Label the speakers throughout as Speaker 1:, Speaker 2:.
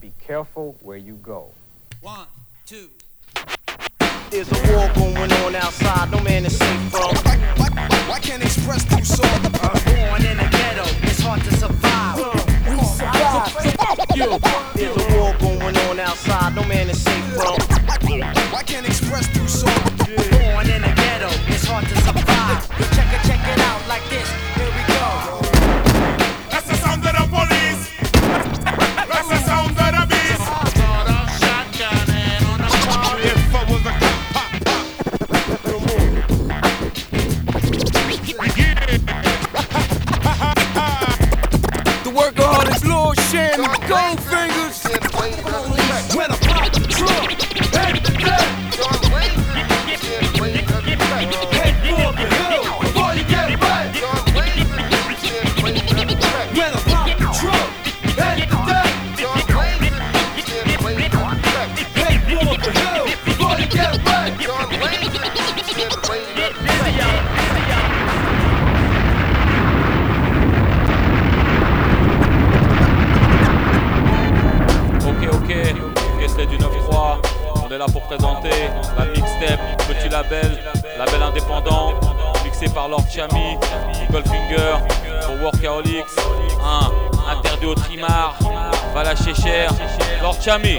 Speaker 1: Be careful where you go.
Speaker 2: One, two.
Speaker 3: There's a war going on outside, no man is safe from.
Speaker 4: Why, why, why can't they express too soft?
Speaker 3: Born in a ghetto, it's hard to survive. Uh, There's a war going on outside, no man is safe from.
Speaker 4: Why can't they express too soft?
Speaker 3: Born in a ghetto, it's hard to survive. Check it, check it out like this. Here we go.
Speaker 5: That's the sound of the police. That's the sound of the beast. If I was a cop, pop, pop.
Speaker 6: The workaholics, Lord Shannon, Goldfingers.
Speaker 4: When a pop truck, hey, hey, for the hill before you get away. When a pop truck, hey, hey, hey, for the hill before you get away.
Speaker 7: Ok, ok, Kessley du 9-3, on est là pour présenter la mixtape, petit label, label indépendant, mixé par Lord Chami, Goldfinger, pour Workaholics, un interdit au trimar, va lâcher cher, Lord Chami,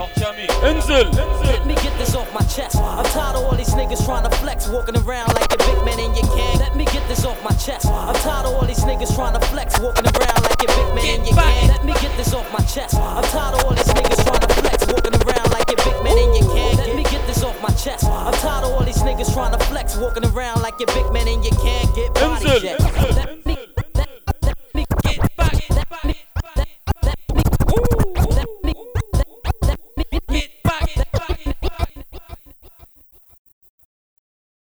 Speaker 7: Enzel,
Speaker 8: Let me get this off my chest. I'm tired of all these niggas trying to flex, walking around like a big man in your gang. Let me get this off my chest. I'm tired of all these niggas trying to flex, walking around like a big man in your gang. Let me get this off my chest. I'm tired of all these niggas trying to flex, walking around like a big man in your gang. Let me get this off my chest. I'm tired of all these niggas trying to flex, walking around like a big man in your gang.